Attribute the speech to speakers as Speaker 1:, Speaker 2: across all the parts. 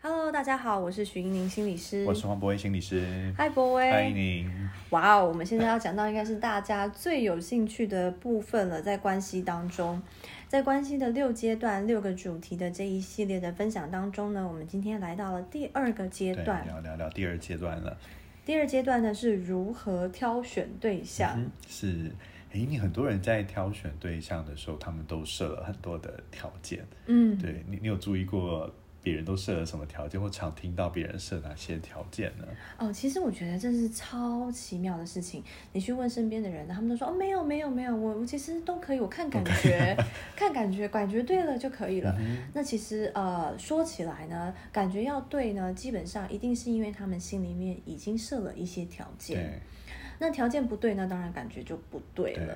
Speaker 1: Hello，大家好，我是徐英宁心理师。
Speaker 2: 我是黄博威心理师，
Speaker 1: 嗨，博
Speaker 2: 欢
Speaker 1: 威。
Speaker 2: 迎您。
Speaker 1: 哇哦，我们现在要讲到应该是大家最有兴趣的部分了，在关系当中，在关系的六阶段、六个主题的这一系列的分享当中呢，我们今天来到了第二个阶
Speaker 2: 对，
Speaker 1: 段。
Speaker 2: 聊聊聊第二阶段了。
Speaker 1: 第二阶段呢是如何挑选对象。
Speaker 2: 嗯，是。诶，你很多人在挑选对象的时候，他们都设了很多的条件。
Speaker 1: 嗯，
Speaker 2: 对你，你有注意过别人都设了什么条件，或常听到别人设哪些条件呢？
Speaker 1: 哦，其实我觉得这是超奇妙的事情。你去问身边的人，他们都说哦，没有，没有，没有，我我其实都可以，我看感觉， 看感觉，感觉对了就可以
Speaker 2: 嗯
Speaker 1: 了。那其实呃，说起来呢，感觉要对呢，基本上一定是因为他们心里面已经设了一些条件。
Speaker 2: 对，
Speaker 1: 那条件不对，那当然感觉就不对了。
Speaker 2: 对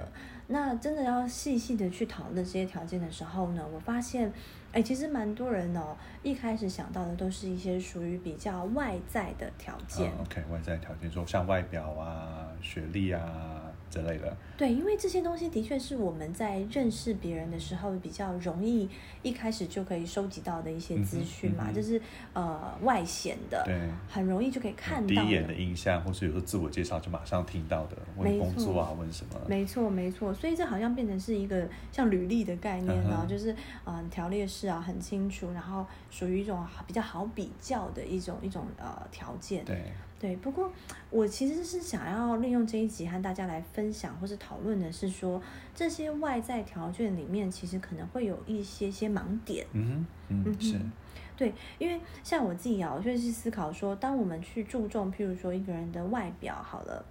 Speaker 1: 那真的要细细的去讨论这些条件的时候呢，我发现，哎，其实蛮多人哦，一开始想到的都是一些属于比较外在的条件。
Speaker 2: 嗯，OK，外在条件说像外表啊、学历啊之类的。
Speaker 1: 对，因为这些东西的确是我们在认识别人的时候比较容易一开始就可以收集到的一些资讯嘛，
Speaker 2: 嗯哼嗯哼
Speaker 1: 这是呃外显的，
Speaker 2: 对
Speaker 1: 很容易就可以看
Speaker 2: 第
Speaker 1: 到
Speaker 2: 一眼的印象，或是有时候自我介绍就马上听到的，
Speaker 1: 没
Speaker 2: 问
Speaker 1: 错
Speaker 2: 工作啊，问什么？
Speaker 1: 没错，没错，所以这好像变成是一个像履历的概念
Speaker 2: 嗯
Speaker 1: 啊，
Speaker 2: 哼
Speaker 1: 就是嗯条列式啊，很清楚，然后属于一种比较好比较的一种一种呃条件。
Speaker 2: 对，
Speaker 1: 对，不过我其实是想要利用这一集和大家来分享或是讨论的是说，这些外在条件里面其实可能会有一些些盲点。
Speaker 2: 嗯哼，
Speaker 1: 嗯
Speaker 2: 嗯，是，
Speaker 1: 哼对，因为像我自己啊，我就会去思考说，当我们去注重，譬如说一个人的外表好了。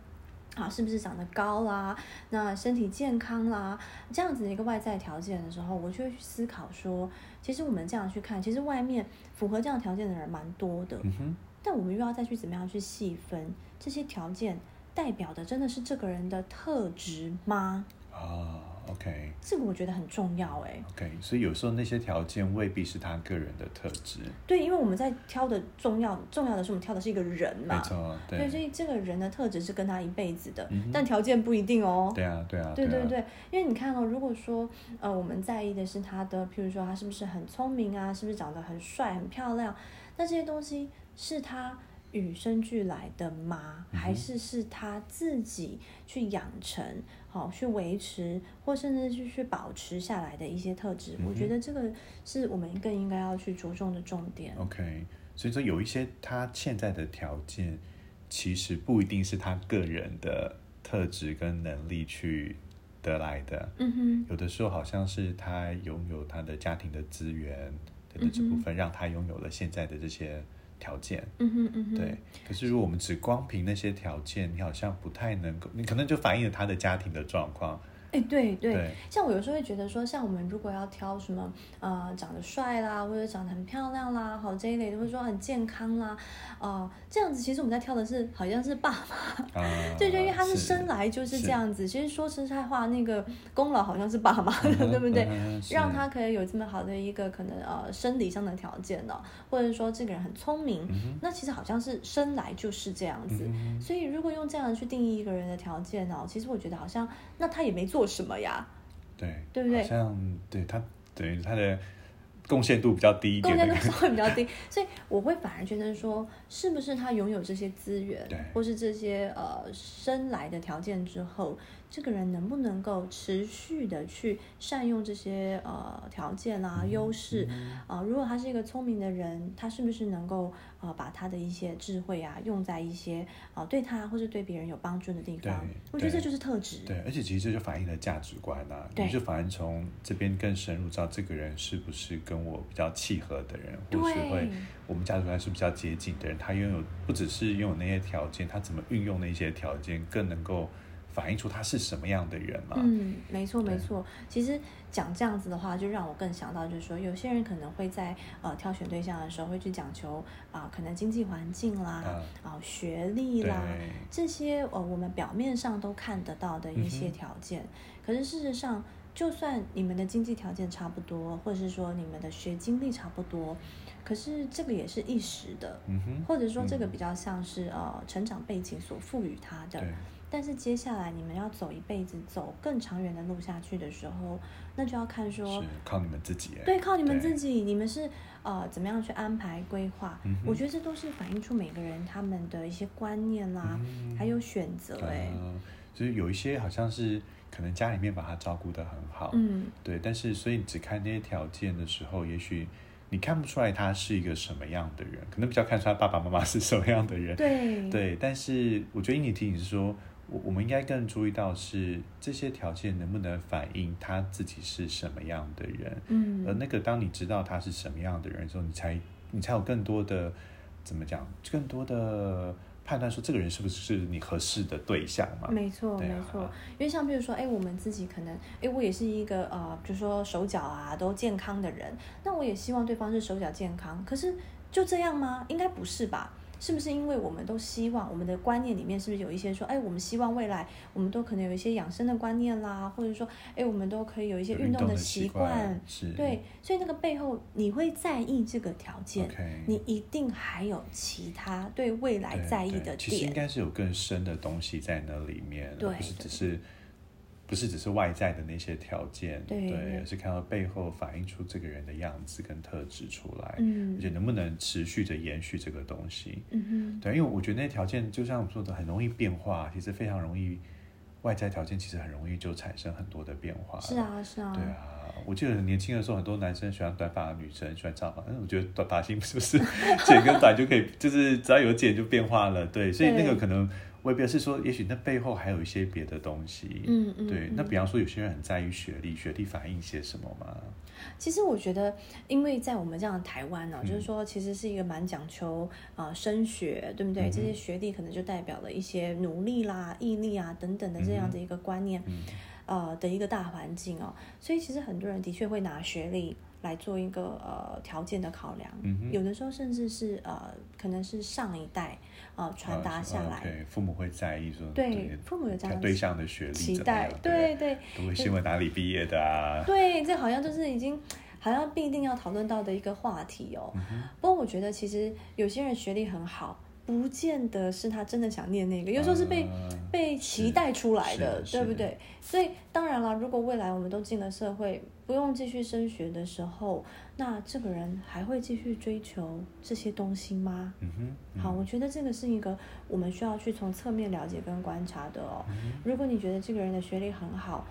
Speaker 1: 啊，是不是长得高啦？那身体健康啦，这样子的一个外在条件的时候，我就会去思考说，其实我们这样去看，其实外面符合这样条件的人蛮多的，
Speaker 2: 嗯哼。
Speaker 1: 但我们又要再去怎么样去细分这些条件代表的真的是这个人的特质吗？
Speaker 2: 啊，OK，OK，、
Speaker 1: 这个我觉得很重要欸诶、
Speaker 2: 所以有时候那些条件未必是他个人的特质，
Speaker 1: 对，因为我们在挑的重要重要的是我们挑的是一个人
Speaker 2: 没
Speaker 1: 嘛，
Speaker 2: 错，
Speaker 1: 对，
Speaker 2: 对，
Speaker 1: 所以这个人的特质是跟他一辈子的，
Speaker 2: 嗯哼
Speaker 1: 但条件不一定哦。
Speaker 2: 对啊，对啊，
Speaker 1: 对
Speaker 2: 对
Speaker 1: 对
Speaker 2: 啊，
Speaker 1: 对，因为你看哦，如果说呃我们在意的是他的，譬如说他是不是很聪明啊，是不是长得很帅、很漂亮，那这些东西是他与生俱来的吗？
Speaker 2: 嗯
Speaker 1: 还是是他自己去养成、好、去维持，或甚至是去保持下来的一些特
Speaker 2: 嗯
Speaker 1: 质？我觉得这个是我们更应该要去着重的重点。
Speaker 2: OK，所以说有一些他现在的条件，其实不一定是他个人的特质跟能力去得来的，
Speaker 1: 嗯哼，
Speaker 2: 有的时候好像是他拥有他的家庭的资源等等这部分，让他拥有了现在的这些条件。
Speaker 1: 嗯哼，嗯哼，
Speaker 2: 对，可是如果我们只光凭那些条件，你好像不太能够，你可能就反映了他的家庭的状况。
Speaker 1: 哎，对对，
Speaker 2: 对
Speaker 1: 像我有时候会觉得说，像我们如果要挑什么，呃，长得帅啦，或者长得很漂亮啦，好这一类的，或者说很健康啦，呃，这样子其实我们在挑的是好像是爸妈，，
Speaker 2: 啊
Speaker 1: 对对，因为他是生来就是
Speaker 2: 是
Speaker 1: 这样子。其实说实在话，那个功劳好像是爸妈的，
Speaker 2: 哼
Speaker 1: 对不对？
Speaker 2: 嗯哼是
Speaker 1: 让他可以有这么好的一个可能呃生理上的条件呢、或者说这个人很聪明，那其实好像是生来就是这样子。所以如果用这样去定义一个人的条件呢、其实我觉得好像那他也没做什么呀。
Speaker 2: 对
Speaker 1: 对不对
Speaker 2: 好像对他等于他的贡献度比较低一
Speaker 1: 贡
Speaker 2: 点
Speaker 1: 献
Speaker 2: 的
Speaker 1: 度
Speaker 2: 感觉。
Speaker 1: 稍微比较低，所以我会反而觉得说，是不是他拥有这些资源
Speaker 2: 对，
Speaker 1: 或是这些呃生来的条件之后，这个人能不能够持续的去善用这些呃条件啊、
Speaker 2: 嗯
Speaker 1: 优势啊、呃如果他是一个聪明的人，他是不是能够呃把他的一些智慧啊用在一些啊、呃对他或是对别人有帮助的地方
Speaker 2: 对？
Speaker 1: 我觉得这
Speaker 2: 对
Speaker 1: 就是特质。
Speaker 2: 对，啊而且其实这就反映了价值观啊，
Speaker 1: 对
Speaker 2: 你就反而从这边更深入知道这个人是不是跟我比较契合的人，
Speaker 1: 对
Speaker 2: 或是会我们价值观是比较接近的人，他拥有不只是拥有那些条件，他怎么运用那些条件，更能够反映出他是什么样的人嘛？啊
Speaker 1: 嗯，没错没
Speaker 2: 对
Speaker 1: 错。其实讲这样子的话，就让我更想到，就是说，有些人可能会在呃挑选对象的时候，会去讲求啊、可能经济环境啦，啊
Speaker 2: 啊、
Speaker 1: 学历
Speaker 2: 对
Speaker 1: 啦，这些呃我们表面上都看得到的一
Speaker 2: 嗯
Speaker 1: 些条件，可是事实上，就算你们的经济条件差不多，或者是说你们的学经历差不多，可是这个也是一时的，
Speaker 2: 嗯哼，
Speaker 1: 或者说这个比较像是、呃成长背景所赋予他的
Speaker 2: 对。
Speaker 1: 但是接下来你们要走一辈子、走更长远的路下去的时候，那就要看说
Speaker 2: 是，靠你们自己耶。
Speaker 1: 对，靠你们
Speaker 2: 对
Speaker 1: 自己，你们是呃怎么样去安排规划？
Speaker 2: 嗯哼
Speaker 1: 我觉得这都是反映出每个人他们的一些观念啦，
Speaker 2: 嗯
Speaker 1: 还有选择哎、
Speaker 2: 嗯就是有一些好像是可能家里面把他照顾得很好，
Speaker 1: 嗯，
Speaker 2: 对，但是所以你只看那些条件的时候，也许你看不出来他是一个什么样的人，可能比较看出来爸爸妈妈是什么样的人，
Speaker 1: 对，
Speaker 2: 对，但是我觉得你提醒说，我我们应该更注意到是这些条件能不能反映他自己是什么样的人，
Speaker 1: 嗯
Speaker 2: 而那个当你知道他是什么样的人的时候，你才你才有更多的怎么讲，更多的判断说这个人是不是你合适的对象嘛？
Speaker 1: 没错，
Speaker 2: 对啊
Speaker 1: 没错，因为像比如说，哎，我们自己可能，哎，我也是一个呃，比如说手脚啊都健康的人，那我也希望对方是手脚健康，可是就这样吗？应该不是吧？是不是因为我们都希望我们的观念里面是不是有一些说，哎，我们希望未来我们都可能有一些养生的观念啦，或者说，哎，我们都可以有一些
Speaker 2: 有
Speaker 1: 运动
Speaker 2: 的
Speaker 1: 的习惯，
Speaker 2: 是，
Speaker 1: 对，所以那个背后你会在意这个条件
Speaker 2: OK
Speaker 1: 你一定还有其他对未来
Speaker 2: 对
Speaker 1: 在意
Speaker 2: 嗯对
Speaker 1: 的
Speaker 2: 其实应
Speaker 1: 点，
Speaker 2: 该是有更深的东西在那里面，而
Speaker 1: 对
Speaker 2: 不是
Speaker 1: 对
Speaker 2: 只是不是只是外在的那些条件，
Speaker 1: 对
Speaker 2: 而是看到背后反映出这个人的样子跟特质出来，
Speaker 1: 嗯
Speaker 2: 而且能不能持续的延续这个东西，
Speaker 1: 嗯哼。
Speaker 2: 对，因为我觉得那些条件就像我们说的，很容易变化，其实非常容易，外在条件其实很容易就产生很多的变化，
Speaker 1: 是，啊，是啊，
Speaker 2: 对啊。我记得很年轻的时候，很多男生喜欢短发的女生喜欢长发，嗯，我觉得短发型就是剪跟短就可以，就是只要有剪就变化了，对，所以那个
Speaker 1: 对
Speaker 2: 可能未必是说，也许那背后还有一些别的东西，
Speaker 1: 嗯嗯
Speaker 2: 对。
Speaker 1: 嗯
Speaker 2: 那比方说，有些人很在意学历，学历反映些什么嘛？
Speaker 1: 其实我觉得，因为在我们这样的台湾呢、
Speaker 2: 嗯
Speaker 1: 就是说，其实是一个蛮讲求啊、呃升学，对不对？
Speaker 2: 嗯哼
Speaker 1: 这些学历可能就代表了一些努力啦、毅力啊等等的这样的一个观念，
Speaker 2: 嗯
Speaker 1: 呃的一个大环境哦。所以其实很多人的确会拿学历来做一个呃条件的考量，
Speaker 2: 嗯哼
Speaker 1: 有的时候甚至是呃可能是上一代呃传
Speaker 2: 啊
Speaker 1: 达下来。
Speaker 2: 对，父母会在意说，
Speaker 1: 对
Speaker 2: 你的
Speaker 1: 父母有这样的
Speaker 2: 对象的学历
Speaker 1: 期
Speaker 2: 怎么
Speaker 1: 待
Speaker 2: 样，
Speaker 1: 对
Speaker 2: 对，
Speaker 1: 对
Speaker 2: 都会先问哪里毕业的啊，
Speaker 1: 对，这好像就是已经好像必定要讨论到的一个话题哦。
Speaker 2: 嗯
Speaker 1: 不过我觉得其实有些人学历很好，不见得是他真的想念那个，有时候是被、
Speaker 2: 嗯
Speaker 1: 被期待出来的，
Speaker 2: 是是
Speaker 1: 对不对？所以当然了，如果未来我们都进了社会，不用继续升学的时候，那这个人还会继续追求这些东西吗？
Speaker 2: 嗯哼，嗯
Speaker 1: 好，我觉得这个是一个我们需要去从侧面了解跟观察的
Speaker 2: 嗯
Speaker 1: 哦。如果你觉得这个人的学历很好，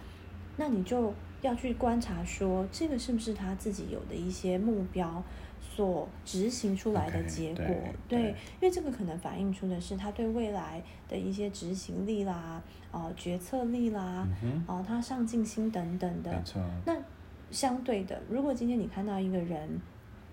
Speaker 1: 那你就要去观察说，这个是不是他自己有的一些目标所执行出来的
Speaker 2: OK，
Speaker 1: 结果
Speaker 2: 对
Speaker 1: 对，
Speaker 2: 对
Speaker 1: 因为这个可能反映出的是他对未来的一些执行力啦、呃决策力啦、
Speaker 2: 嗯
Speaker 1: 哦、他上进心等等的。
Speaker 2: 没错，
Speaker 1: 那相对的，如果今天你看到一个人，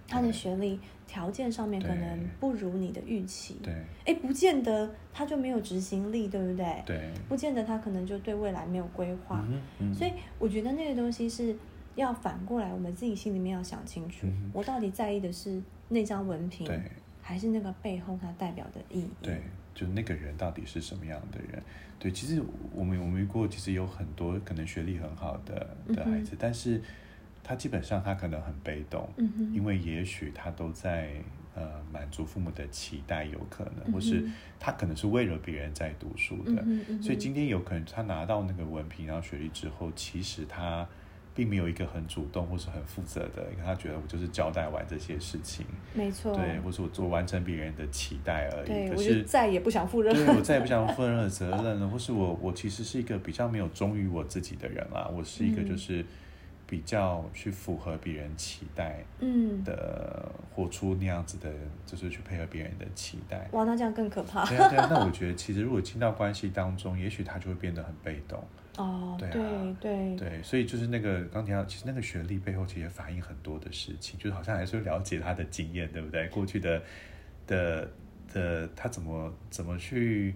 Speaker 1: 他的
Speaker 2: 对
Speaker 1: 学历条件上面可
Speaker 2: 对
Speaker 1: 能不如你的预期，
Speaker 2: 对
Speaker 1: 哎，不见得他就没有执行力，对不对？
Speaker 2: 对，
Speaker 1: 不见得他可能就对未来没有规划
Speaker 2: 嗯，哼嗯
Speaker 1: 所以我觉得那个东西是要反过来，我们自己心里面要想清楚
Speaker 2: 嗯哼，
Speaker 1: 我到底在意的是那张文凭
Speaker 2: 对，
Speaker 1: 还是那个背后它代表的意义？
Speaker 2: 对，就那个人到底是什么样的人？对，其实我们我们遇过，其实有很多可能学历很好的的
Speaker 1: 嗯
Speaker 2: 孩
Speaker 1: 哼
Speaker 2: 子，但是他基本上他可能很被动，
Speaker 1: 嗯哼，
Speaker 2: 因为也许他都在呃满足父母的期待，有可能，或
Speaker 1: 嗯
Speaker 2: 是
Speaker 1: 哼
Speaker 2: 他可能是为了别人在读书的，
Speaker 1: 嗯哼嗯哼
Speaker 2: 所以今天有可能他拿到那个文凭，然后学历之后，其实他并没有一个很主动或是很负责的，因为他觉得我就是交代完这些事情，
Speaker 1: 没错，
Speaker 2: 对，或是我做完成别人的期待而已。
Speaker 1: 对
Speaker 2: 可
Speaker 1: 我就是再也不想负任
Speaker 2: 对
Speaker 1: 何
Speaker 2: 我再也不想负任何责任了，或是我我其实是一个比较没有忠于我自己的人啦，我是一个
Speaker 1: 嗯
Speaker 2: 就是比较去符合别人期待
Speaker 1: 嗯，
Speaker 2: 的，活出那样子的，就是去配合别人的期待。
Speaker 1: 哇，那这样更可怕
Speaker 2: 对啊，对啊，那我觉得其实如果进到关系当中，也许他就会变得很被动。
Speaker 1: 哦，
Speaker 2: 对啊
Speaker 1: 对对
Speaker 2: 对，所以就是那个刚提到，其实那个学历背后其实也反映很多的事情，就是好像还是会了解他的经验，对不对？过去的的的他怎么怎么去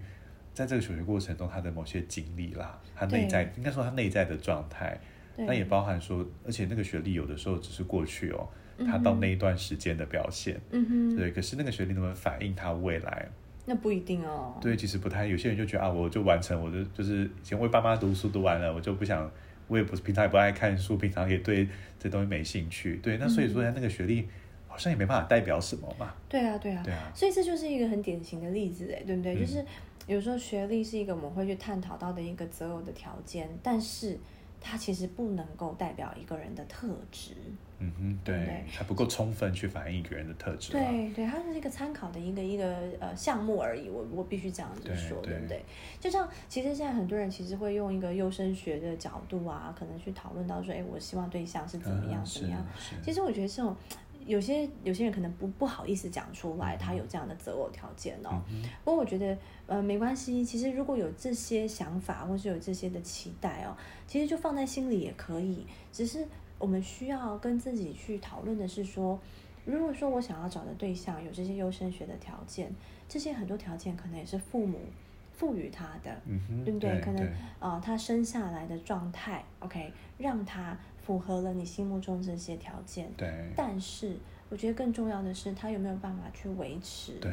Speaker 2: 在这个求学过程中他的某些经历啦，他内在应该说他内在的状态，
Speaker 1: 对
Speaker 2: 那也包含说，而且那个学历有的时候只是过去哦，他到那一段时间的表现，
Speaker 1: 嗯哼，
Speaker 2: 对，可是那个学历能不能反映他未来？
Speaker 1: 那不一定哦。
Speaker 2: 对，其实不太，有些人就觉得啊，我就完成，我就就是以前为爸妈读书读完了，我就不想，
Speaker 1: 嗯
Speaker 2: 我也不是平常也不爱看书，平常也对这东西没兴趣，对，那所以说他那个学历好好像也没办法代表什么嘛。
Speaker 1: 对啊，对啊，
Speaker 2: 对啊，
Speaker 1: 所以这就是一个很典型的例子，哎，对不对？
Speaker 2: 嗯
Speaker 1: 就是有时候学历是一个我们会去探讨到的一个择偶的条件，但是它其实不能够代表一个人的特质。
Speaker 2: 嗯哼，
Speaker 1: 对
Speaker 2: 对，还不够充分去反映一个人的特质啊。
Speaker 1: 对对，它就是一个参考的一个一个呃项目而已，我我必须这样子
Speaker 2: 对
Speaker 1: 说，对
Speaker 2: 对
Speaker 1: 不对？就像其实现在很多人其实会用一个优生学的角度啊，可能去讨论到说，哎，我希望对象是怎么样、
Speaker 2: 嗯
Speaker 1: 怎么样。？
Speaker 2: 是
Speaker 1: 其
Speaker 2: 是，
Speaker 1: 实我觉得这种有些有些人可能不不好意思讲出来，他有这样的择偶条件哦。
Speaker 2: 嗯
Speaker 1: 不过我觉得，呃，没关系。其实如果有这些想法，或是有这些的期待哦，其实就放在心里也可以。只是我们需要跟自己去讨论的是说，如果说我想要找的对象有这些优生学的条件，这些很多条件可能也是父母赋予他的，
Speaker 2: 嗯哼，
Speaker 1: 对不对？
Speaker 2: 对？
Speaker 1: 可能啊，他生下来的状态，OK，让他符合了你心目中这些条件。
Speaker 2: 对
Speaker 1: 但是我觉得更重要的是，他有没有办法去维持？
Speaker 2: 对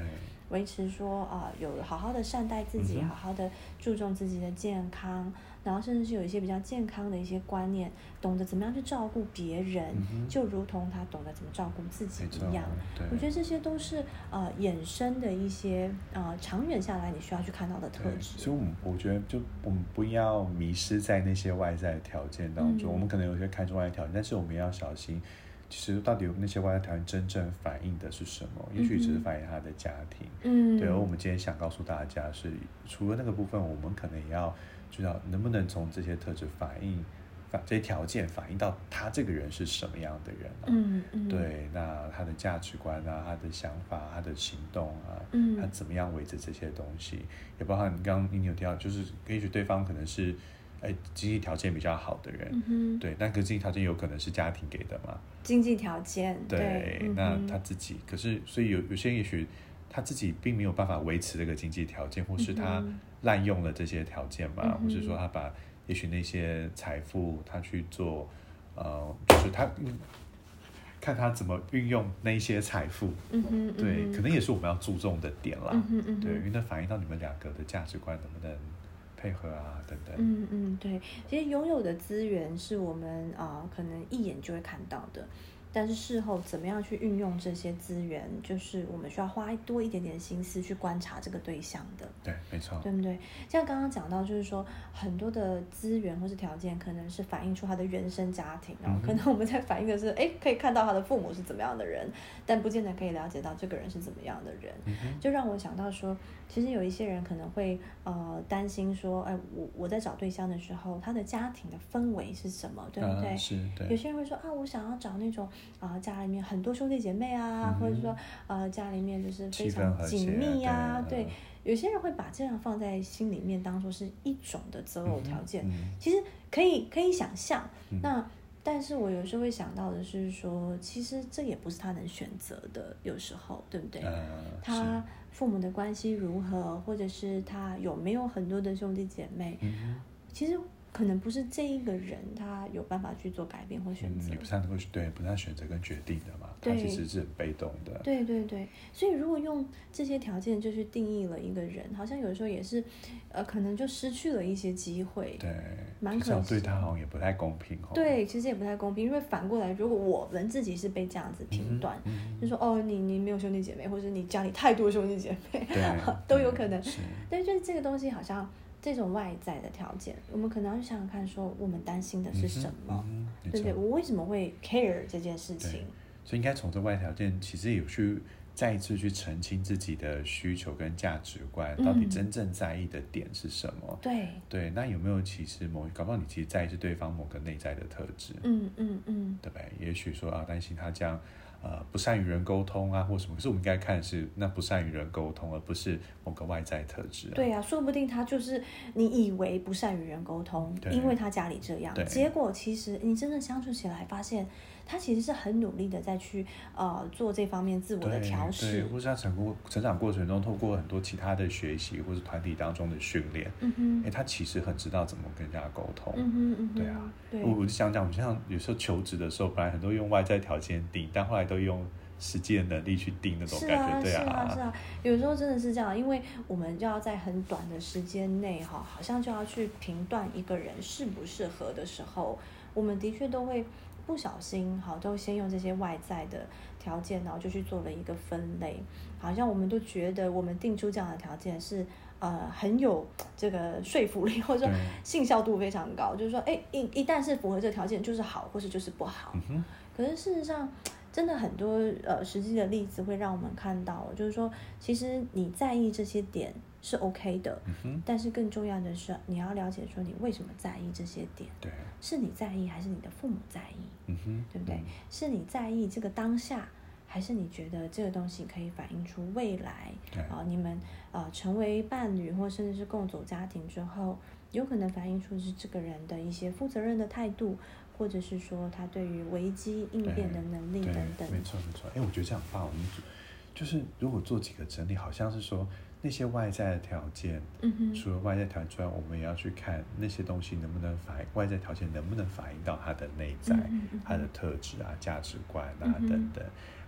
Speaker 1: 维持说啊、有好好的善待自己，
Speaker 2: 嗯哼
Speaker 1: 好好的注重自己的健康，然后甚至是有一些比较健康的一些观念，懂得怎么样去照顾别人，
Speaker 2: 嗯哼
Speaker 1: 就如同他懂得怎么照顾自己
Speaker 2: 没错
Speaker 1: 一样。，
Speaker 2: 对，
Speaker 1: 我觉得这些都是呃衍生的一些呃长远下来你需要去看到的特
Speaker 2: 对，
Speaker 1: 质。
Speaker 2: 嗯所以，我们我觉得，就我们不要迷失在那些外在的条件当中。
Speaker 1: 嗯
Speaker 2: 我们可能有些看重外在条件，但是我们也要小心，其实到底那些外在条件真正反映的是什么？也许只
Speaker 1: 嗯
Speaker 2: 是
Speaker 1: 哼
Speaker 2: 反映他的家庭。
Speaker 1: 嗯，
Speaker 2: 对，而我们今天想告诉大家是，除了那个部分，我们可能也要知道能不能从这些特质反映，反这些条件反映到他这个人是什么样的人、啊。
Speaker 1: 嗯嗯，，
Speaker 2: 对，那他的价值观啊，他的想法，他的行动啊，
Speaker 1: 嗯
Speaker 2: 他怎么样维持这些东西，也包含你刚刚你有提到，就是也许对方可能是，哎，经济条件比较好的人，
Speaker 1: 嗯哼，
Speaker 2: 对，但可是经济条件有可能是家庭给的嘛，
Speaker 1: 经济条件，
Speaker 2: 对，
Speaker 1: 嗯
Speaker 2: 那
Speaker 1: 哼
Speaker 2: 他自己，可是所以有有些人也许他自己并没有办法维持这个经济条件，或是他
Speaker 1: 嗯哼
Speaker 2: 滥用了这些条件嘛，
Speaker 1: 嗯哼
Speaker 2: 或是说他把也许那些财富他去做，呃，就是他。嗯看他怎么运用那些财富，
Speaker 1: 嗯哼，
Speaker 2: 对，
Speaker 1: 嗯
Speaker 2: 可能也是我们要注重的点啦。
Speaker 1: 哼嗯哼嗯哼，
Speaker 2: 对，因为那反映到你们两个的价值观能不能配合啊，等等。
Speaker 1: 嗯嗯，对，其实拥有的资源是我们啊、呃可能一眼就会看到的，但是事后怎么样去运用这些资源，就是我们需要花多一点点心思去观察这个对象的，
Speaker 2: 对，没错。
Speaker 1: 对不对？像刚刚讲到，就是说很多的资源或是条件，可能是反映出他的原生家庭哦，
Speaker 2: 嗯哼
Speaker 1: 可能我们在反映的是，哎，可以看到他的父母是怎么样的人，但不见得可以了解到这个人是怎么样的人。
Speaker 2: 嗯哼，
Speaker 1: 就让我想到说，其实有一些人可能会呃担心说，哎，我我在找对象的时候，他的家庭的氛围是什么，对不对？
Speaker 2: 啊是，
Speaker 1: 有
Speaker 2: 对，
Speaker 1: 些人会说啊，我想要找那种啊、家里面很多兄弟姐妹啊，
Speaker 2: 嗯
Speaker 1: 或者说呃家里面就是非
Speaker 2: 气氛
Speaker 1: 常
Speaker 2: 和
Speaker 1: 紧
Speaker 2: 谐啊
Speaker 1: 密呀、
Speaker 2: 对
Speaker 1: 对
Speaker 2: 嗯，
Speaker 1: 有些人会把这样放在心里面，当做是一种的择偶条件。
Speaker 2: 嗯，
Speaker 1: 其实可以可以想象，
Speaker 2: 嗯
Speaker 1: 那但是我有时候会想到的是说，其实这也不是他能选择的，有时候对不对？
Speaker 2: 呃，
Speaker 1: 他父母的关系如何，或者是他有没有很多的兄弟姐妹，
Speaker 2: 是，嗯
Speaker 1: 其实可能不是这一个人他有办法去做改变或
Speaker 2: 哼，
Speaker 1: 选
Speaker 2: 嗯
Speaker 1: 择
Speaker 2: 也。不是他能够对，不是他选择跟决定的嘛，他
Speaker 1: 对
Speaker 2: 其实是很被动的。
Speaker 1: 对对对，所以如果用这些条件就去定义了一个人，好像有时候也是，呃，可能就失去了一些机会。
Speaker 2: 对，
Speaker 1: 蛮
Speaker 2: 就这样
Speaker 1: 可惜
Speaker 2: 对他好像也不太公平哦。
Speaker 1: 对，其实也不太公平，因为反过来，如果我们自己是被这样子
Speaker 2: 嗯哼，
Speaker 1: 评断，
Speaker 2: 嗯
Speaker 1: 就说哦，你你没有兄弟姐妹，或者你家里太多兄弟姐妹，
Speaker 2: 对
Speaker 1: ，都有可能
Speaker 2: 对是，
Speaker 1: 但就是这个东西好像这种外在的条件，我们可能要去想想看，说我们担心的是什么，
Speaker 2: 嗯哼？嗯哼没
Speaker 1: 对不对？
Speaker 2: 错
Speaker 1: 我为什么会 care 这件事
Speaker 2: 对
Speaker 1: 情？
Speaker 2: 所以应该从这外条件，其实有去再一次去澄清自己的需求跟价值观，
Speaker 1: 嗯
Speaker 2: 到底真正在意的点是什么？
Speaker 1: 对，
Speaker 2: 对，那有没有其实某，搞不好你其实在意是对方某个内在的特质，
Speaker 1: 嗯嗯嗯，
Speaker 2: 对不对？也许说啊，担心他这样，呃，不善与人沟通啊，或什么。可是我们应该看的是那不善与人沟通，而不是某个外在特质、啊。
Speaker 1: 对啊，说不定他就是你以为不善与人沟通，
Speaker 2: 对
Speaker 1: 因为他家里这样
Speaker 2: 对，
Speaker 1: 结果其实你真正相处起来，发现他其实是很努力的在去呃做这方面自我的
Speaker 2: 对
Speaker 1: 调
Speaker 2: 对
Speaker 1: 试。
Speaker 2: 或是他成过成长过程中，透过很多其他的学习，或是团体当中的训练，
Speaker 1: 嗯
Speaker 2: 哎，
Speaker 1: 哼，
Speaker 2: 他其实很知道怎么跟人家沟通。
Speaker 1: 嗯哼嗯哼，
Speaker 2: 对啊，
Speaker 1: 对
Speaker 2: 我我就想讲，我们像有时候求职的时候，本来很多用外在条件定，但后来都用实际的能力去定那种
Speaker 1: 是
Speaker 2: 感觉，
Speaker 1: 啊，
Speaker 2: 对
Speaker 1: 是啊，是啊，有时候真的是这样，因为我们就要在很短的时间内哈，好像就要去评断一个人适不适合的时候，我们的确都会不小心哈，都先用这些外在的条件，然后就去做了一个分类，好像我们都觉得我们定出这样的条件是呃很有这个说服力，或者说
Speaker 2: 对
Speaker 1: 信效度非常高，就是说，哎，一一旦是符合这个条件就是好，或是就是不好。
Speaker 2: 嗯哼，
Speaker 1: 可是事实上，真的很多呃实际的例子会让我们看到，哦就是说，其实你在意这些点是 OK 的，
Speaker 2: 嗯哼，
Speaker 1: 但是更重要的是，你要了解说你为什么在意这些点，
Speaker 2: 对，
Speaker 1: 是你在意还是你的父母在意，
Speaker 2: 嗯哼，
Speaker 1: 对不对？是你在意这个当下。还是你觉得这个东西可以反映出未来
Speaker 2: 对
Speaker 1: 啊、你们呃成为伴侣或甚至是共组家庭之后，有可能反映出是这个人的一些负责任的态度，或者是说他对于危机应变的能力
Speaker 2: 对，
Speaker 1: 等等。
Speaker 2: 没错没错，哎，我觉得这样很棒。我们组就是如果做几个整理，好像是说那些外在的条件，
Speaker 1: 嗯哼，
Speaker 2: 除了外在条件之外，我们也要去看那些东西能不能反映外在条件能不能反映到他的内在、
Speaker 1: 嗯嗯嗯
Speaker 2: 他的特质啊、价值观啊、
Speaker 1: 嗯哼
Speaker 2: 等等。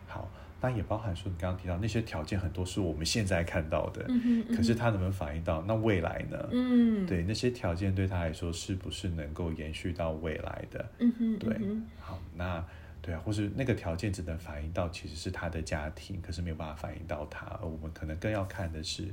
Speaker 2: 好，那也包含说你刚刚提到那些条件很多是我们现在看到的，
Speaker 1: 嗯哼嗯哼
Speaker 2: 可是它能不能反映到那未来呢？
Speaker 1: 嗯，
Speaker 2: 对，那些条件对他来说是不是能够延续到未来的？
Speaker 1: 嗯哼，
Speaker 2: 对
Speaker 1: 嗯，
Speaker 2: 好，那对啊，或是那个条件只能反映到其实是他的家庭，可是没有办法反映到他。而我们可能更要看的是，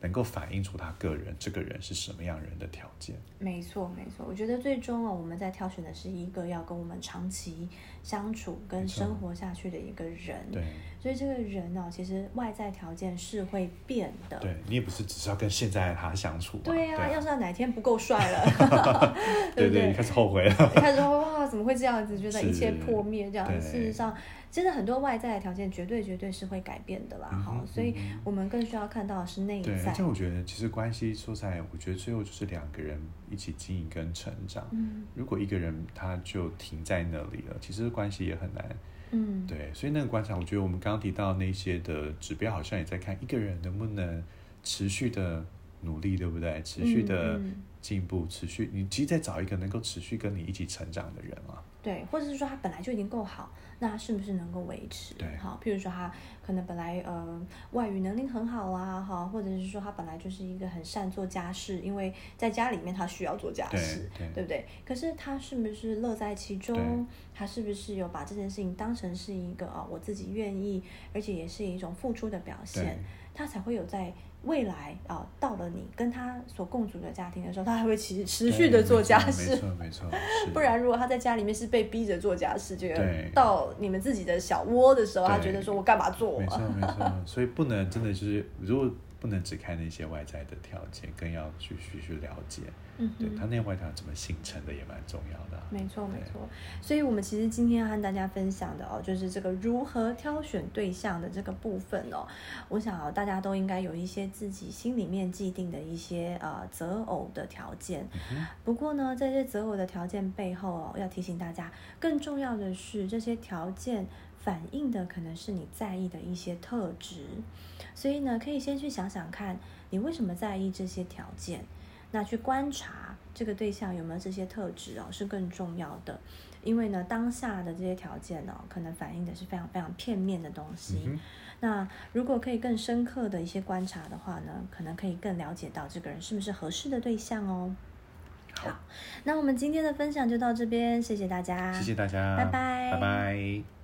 Speaker 2: 能够反映出他个人这个人是什么样人的条件。
Speaker 1: 哼没错没错。我觉得最终啊，我们在挑选的是一个要跟我们长期相处跟
Speaker 2: 没错
Speaker 1: 生活下去的一个人。
Speaker 2: 对，
Speaker 1: 所以这个人呢、其实外在条件是会变的。
Speaker 2: 对你也不是只是要跟现在的他相处
Speaker 1: 嗯
Speaker 2: 嘛。
Speaker 1: 对呀、
Speaker 2: 啊
Speaker 1: 要是他哪天不够帅 了，
Speaker 2: 对
Speaker 1: 不
Speaker 2: 对，你开始后悔了。
Speaker 1: 他说哇，怎么会这样子？觉得一切
Speaker 2: 是
Speaker 1: 破灭这样。
Speaker 2: 对
Speaker 1: 事实上，真的很多外在的条件绝对绝对是会改变的啦。
Speaker 2: 嗯
Speaker 1: 哈、
Speaker 2: 哼
Speaker 1: 所以
Speaker 2: 嗯
Speaker 1: 我们更需要看到的是内
Speaker 2: 对，
Speaker 1: 在
Speaker 2: 而且。我觉得其实关系说实在，我觉得最后就是两个人一起经营跟成长。
Speaker 1: 嗯
Speaker 2: 如果一个人他就停在那里了，其实关系也很难
Speaker 1: 嗯，
Speaker 2: 对，所以那个观察，我觉得我们刚刚提到那些的指标，好像也在看一个人能不能持续的努力，对不对？持续的
Speaker 1: 嗯嗯
Speaker 2: 进步，持续，你其实在找一个能够持续跟你一起成长的人啊。
Speaker 1: 对，或者是说他本来就已经够好，那他是不是能够维持？
Speaker 2: 对
Speaker 1: 好，譬如说他可能本来呃外语能力很好啦，哈，或者是说他本来就是一个很善做家事，因为在家里面他需要做家
Speaker 2: 对
Speaker 1: 事，
Speaker 2: 对
Speaker 1: 不对？可是他是不是乐在其
Speaker 2: 对
Speaker 1: 中？他是不是有把这件事情当成是一个啊、我自己愿意，而且也是一种付出的表
Speaker 2: 对
Speaker 1: 现？他才会有在未来啊、到了你跟他所共组的家庭的时候，他还会持持续的
Speaker 2: 对
Speaker 1: 做
Speaker 2: 没错
Speaker 1: 家事
Speaker 2: 没。错没错，是
Speaker 1: 不然，如果他在家里面是被逼着做家事，这
Speaker 2: 对
Speaker 1: 个到你们自己的小窝的时候，
Speaker 2: 对
Speaker 1: 他觉得说我干嘛做
Speaker 2: 没错
Speaker 1: 啊？
Speaker 2: 没错， 所以不能真的就是，如果不能只看那些外在的条件，更要去去去了解，
Speaker 1: 嗯
Speaker 2: 对
Speaker 1: 哼
Speaker 2: 他内外条件怎么形成的也蛮重要的啊、
Speaker 1: 没错，没
Speaker 2: 对
Speaker 1: 错。所以，我们其实今天要和大家分享的哦，就是这个如何挑选对象的这个部分哦。我想、哦、大家都应该有一些自己心里面既定的一些呃择偶的条件。
Speaker 2: 嗯
Speaker 1: 不过呢，在这些择偶的条件背后哦，要提醒大家，更重要的是这些条件。反映的可能是你在意的一些特质，所以呢，可以先去想想看，你为什么在意这些条件，那去观察这个对象有没有这些特质哦，是更重要的。因为呢，当下的这些条件哦，可能反映的是非常非常片面的东西。
Speaker 2: 嗯哼
Speaker 1: 那如果可以更深刻的一些观察的话呢，可能可以更了解到这个人是不是合适的对象哦。好，那我们今天的分享就到这边，谢谢大家，
Speaker 2: 谢谢大家，
Speaker 1: 啊拜拜
Speaker 2: 拜拜。